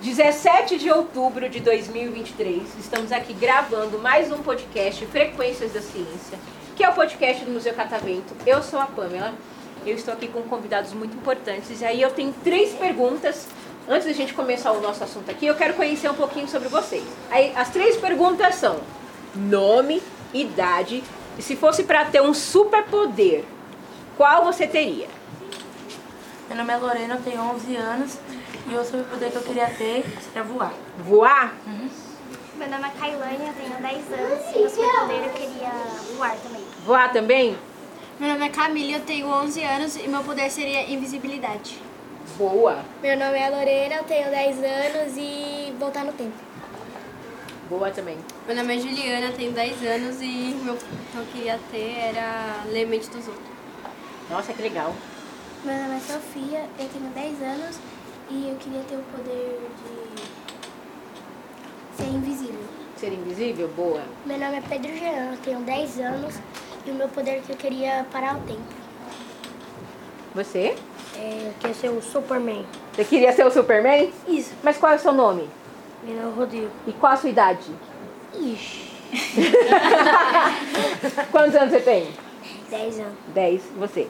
17 de outubro de 2023, estamos aqui gravando mais um podcast Frequências da Ciência, que é o podcast do Museu Catavento. Eu sou a Pamela, eu estou aqui com convidados muito importantes e aí eu tenho três perguntas. Antes da gente começar o nosso assunto aqui, eu quero conhecer um pouquinho sobre vocês. Aí, as três perguntas são nome, idade e se fosse para ter um superpoder, qual você teria? Meu nome é Lorena, eu tenho 11 anos e o superpoder que eu queria ter seria voar. Voar? Meu nome é Kailane, eu tenho 10 anos e meu superpoder eu queria voar também. Voar também? Meu nome é Camila, eu tenho 11 anos e meu poder seria invisibilidade. Boa. Meu nome é Lorena, eu tenho 10 anos e voltar no tempo. Boa também. Meu nome é Juliana, tenho 10 anos e meu que eu queria ter era ler mente dos outros. Nossa, que legal. Meu nome é Sofia, eu tenho 10 anos e eu queria ter o poder de ser invisível. Ser invisível? Boa. Meu nome é Pedro Jean, eu tenho 10 anos e o meu poder que eu queria é parar o tempo. Você? É, eu queria ser o Superman. Você queria ser o Superman? Isso. Mas qual é o seu nome? Meu nome é Rodrigo. E qual a sua idade? Ixi. Quantos anos você tem? 10 anos. 10. Você?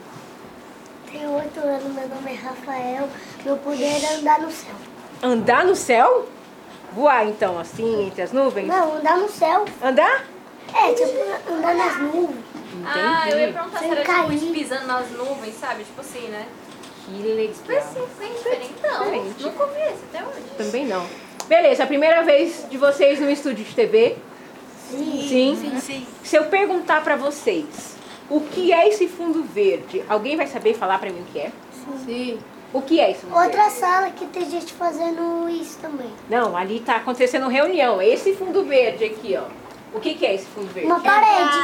Tenho 8 anos, meu nome é Rafael. Meu poder é andar no céu. Andar no céu? Voar então, assim, entre as nuvens? Não, andar no céu. Andar? É, tipo, andar nas nuvens. Entendi. Ah, eu ia perguntar Sem se era cair. tipo pisando nas nuvens, sabe? Tipo assim, né? Que legal. bem diferentão. Diferente. Nunca ouvi esse até hoje. Também não. Beleza, a primeira vez de vocês no estúdio de TV. Sim. Sim, sim. Se eu perguntar pra vocês o que é esse fundo verde, alguém vai saber falar pra mim o que é? Sim. O que é isso? Outra sala que tem gente fazendo isso também. Não, ali tá acontecendo reunião. Esse fundo verde aqui, ó. O que, que é esse fundo verde? Uma parede.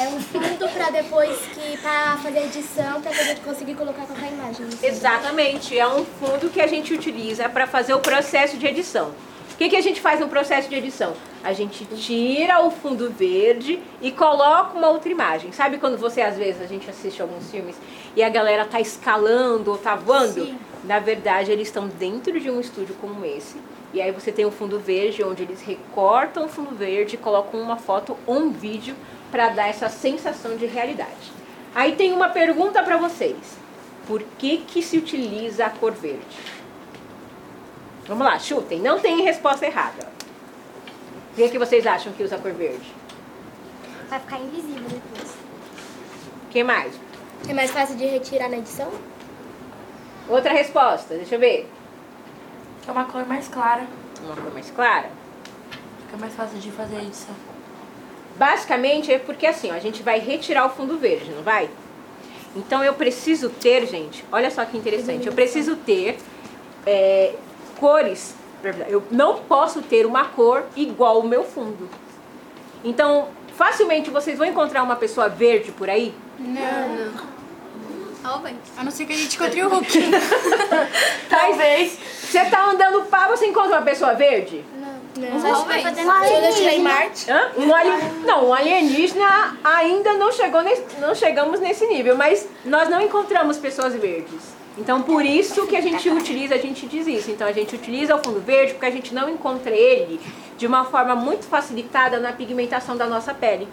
É um fundo pra depois que pra fazer edição, pra poder conseguir colocar qualquer imagem. Exatamente, é um fundo que a gente utiliza para fazer o processo de edição. O que, que a gente faz no processo de edição? A gente tira o fundo verde e coloca uma outra imagem. Sabe quando você, às vezes, a gente assiste alguns filmes e a galera tá escalando ou tá voando? Na verdade, eles estão dentro de um estúdio como esse. E aí você tem o fundo verde, onde eles recortam o fundo verde e colocam uma foto ou um vídeo para dar essa sensação de realidade. Aí tem uma pergunta para vocês. Por que, que se utiliza a cor verde? Vamos lá, chutem. Não tem resposta errada. O que, que vocês acham que usa a cor verde? Vai ficar invisível depois. Quem mais? É mais fácil de retirar na edição? Outra resposta, deixa eu ver. Que é uma cor mais clara, Uma cor mais clara. fica mais fácil de fazer a edição. Basicamente é porque assim, ó, a gente vai retirar o fundo verde, não vai? Então eu preciso ter, gente, olha só que interessante, eu preciso ter é, cores. na verdade, Eu não posso ter uma cor igual ao meu fundo. Então, facilmente vocês vão encontrar uma pessoa verde por aí? A não ser que a gente encontre o Hulk. Talvez. Você tá andando pá, você encontra uma pessoa verde? Quando eu tirei Marte, Hã? Um ali- Não, um alienígena ainda não, chegou nesse- não chegamos nesse nível, mas nós não encontramos pessoas verdes. Então, por isso que a gente utiliza, a gente diz isso. Então, a gente utiliza o fundo verde porque a gente não encontra ele de uma forma muito facilitada na pigmentação da nossa pele.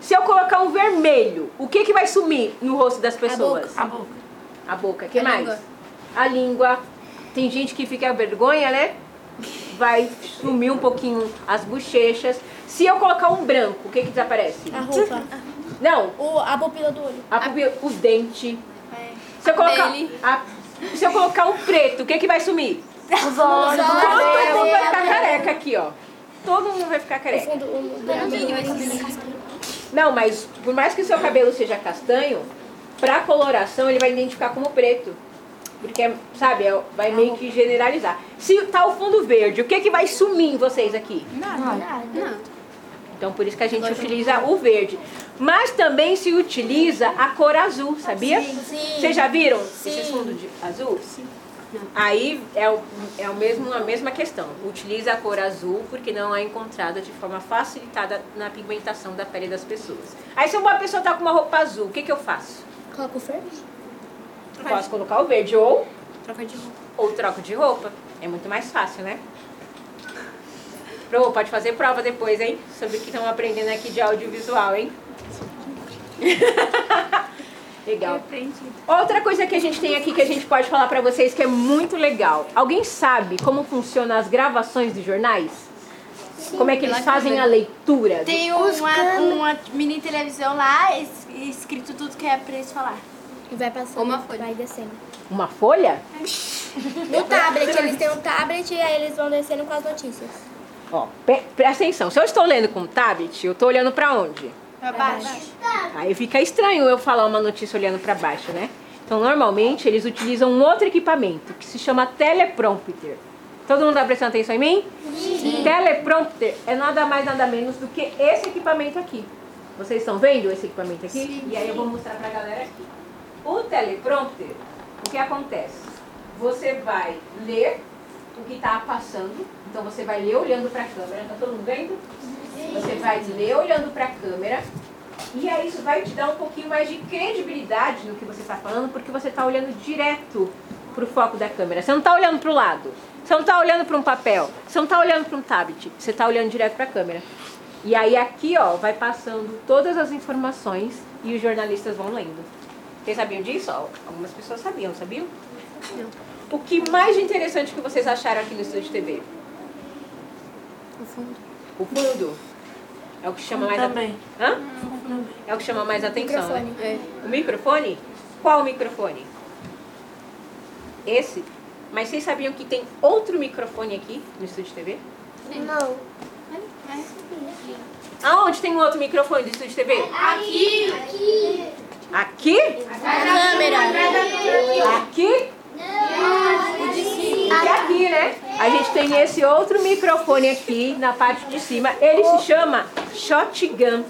Se eu colocar um vermelho, o que, que vai sumir no rosto das pessoas? A boca. A boca, que A mais? língua. A língua. Tem gente que fica vergonha, né? Vai sumir um pouquinho as bochechas. Se eu colocar um branco, o que que desaparece? a roupa, Não, o, a pupila do olho. a pubi- o dente. Se eu colocar pele. a- se eu colocar um preto, o que que vai sumir? Os olhos, né? Todo mundo vai a ficar careca aqui, ó. Todo mundo vai ficar careca. fundo, o branco. Não, mas por mais que o seu cabelo seja castanho, pra coloração ele vai identificar como preto. Porque, é, sabe, é- vai meio que generalizar. Se tá o fundo verde, o que que vai sumir em vocês aqui? Então por isso que a gente utiliza o verde. Mas também se utiliza a cor azul, sabia? Vocês já viram esse fundo de azul? Sim. Aí é, o, é o mesmo, a mesma questão. Utiliza a cor azul porque não é encontrada de forma facilitada na pigmentação da pele das pessoas. Aí se uma pessoa tá com uma roupa azul, o que, que eu faço? Coloca o verde. Posso colocar o verde ou, Troca de roupa. ou troco de roupa. É muito mais fácil, né? Pro, pode fazer prova depois, hein? Sobre o que estão aprendendo aqui de audiovisual, hein? Legal. Outra coisa que a gente tem aqui que a gente pode falar pra vocês que é muito legal. Alguém sabe como funcionam as gravações dos jornais? como é que eles pela fazem câmera. a leitura? Tem uma, uma mini televisão lá, es- escrito tudo que é pra eles falar. E vai passando. Ou uma folha. Vai descendo. Uma folha? No tablet, eles têm um tablet e aí eles vão descendo com as notícias. Ó, pre- presta atenção. Se eu estou lendo com o tablet, eu estou olhando pra onde? Pra baixo. Aí fica estranho eu falar uma notícia olhando pra baixo, né? Então, normalmente, eles utilizam um outro equipamento que se chama teleprompter. Todo mundo tá prestando atenção em mim? Sim. Teleprompter é nada mais, nada menos do que esse equipamento aqui. Vocês estão vendo esse equipamento aqui? E aí eu vou mostrar pra galera aqui. O teleprompter, o que acontece? Você vai ler o que tá passando. Então, você vai ler olhando pra câmera. Tá todo mundo vendo? Você vai ler olhando pra câmera. E aí isso vai te dar um pouquinho mais de credibilidade no que você está falando, porque você está olhando direto para o foco da câmera. Você não está olhando para o lado. Você não está olhando para um papel. Você não está olhando para um tablet. Você está olhando direto para a câmera. E aí aqui, ó, vai passando todas as informações e os jornalistas vão lendo. Vocês sabiam disso? Ó, algumas pessoas sabiam, sabiam? Não. O que mais de interessante que vocês acharam aqui no estúdio TV? O fundo. O fundo. É o que chama mais Também. a... Hã? É o que chama mais atenção, Microfone. é. né? O microfone? Qual o microfone? Esse. Mas vocês sabiam que tem outro microfone aqui no estúdio TV? Não. Aonde tem um outro microfone do estúdio TV? Aqui! Aqui? Aqui? E aqui, né? A gente tem esse outro microfone aqui na parte de cima. Ele se chama Shotgun.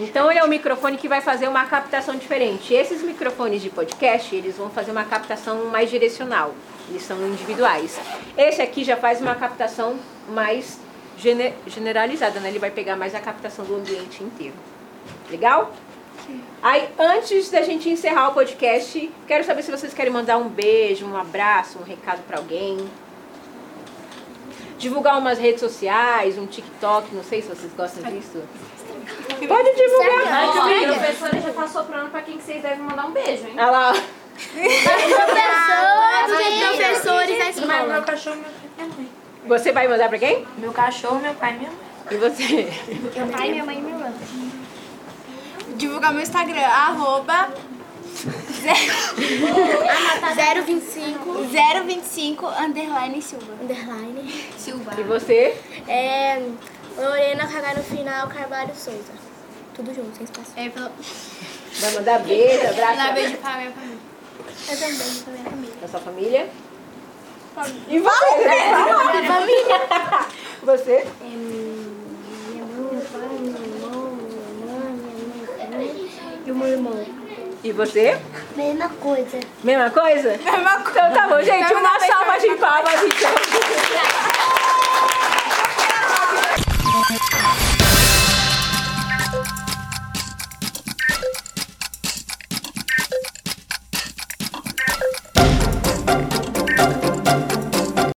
Então ele é um microfone que vai fazer uma captação diferente. Esses microfones de podcast, eles vão fazer uma captação mais direcional. Eles são individuais. Esse aqui já faz uma captação mais gene- generalizada, né? Ele vai pegar mais a captação do ambiente inteiro. Legal? Aí, antes da gente encerrar o podcast, quero saber se vocês querem mandar um beijo, um abraço, um recado pra alguém. Divulgar umas redes sociais, um TikTok, não sei se vocês gostam disso. Pode divulgar. a professora já tá soprando pra quem que vocês devem mandar um beijo, hein? Olha lá. Ah, Professores é da Mas escola. meu cachorro, meu pai, minha mãe. Você vai mandar pra quem? Meu cachorro, meu pai, minha mãe. E você? Meu pai, minha mãe e minha irmã. Divulgar meu Instagram, arroba né? 025. 025 underline Silva. Underline. Silva. E você? É. Lorena cagar no final, Carvalho Souza. Tudo junto, sem espaço. É, pela, Vai mandar beijo, pela abraço beijo pra minha família. Eu também, pra minha família. pra sua família? E você? né? Fala. Você? Minha mãe, meu pai, meu irmão, minha irmã, minha mãe também. E o meu irmão. E você? Mesma coisa. Mesma coisa? Mesma coisa. Então tá bom, gente. Uma salva de palmas, então.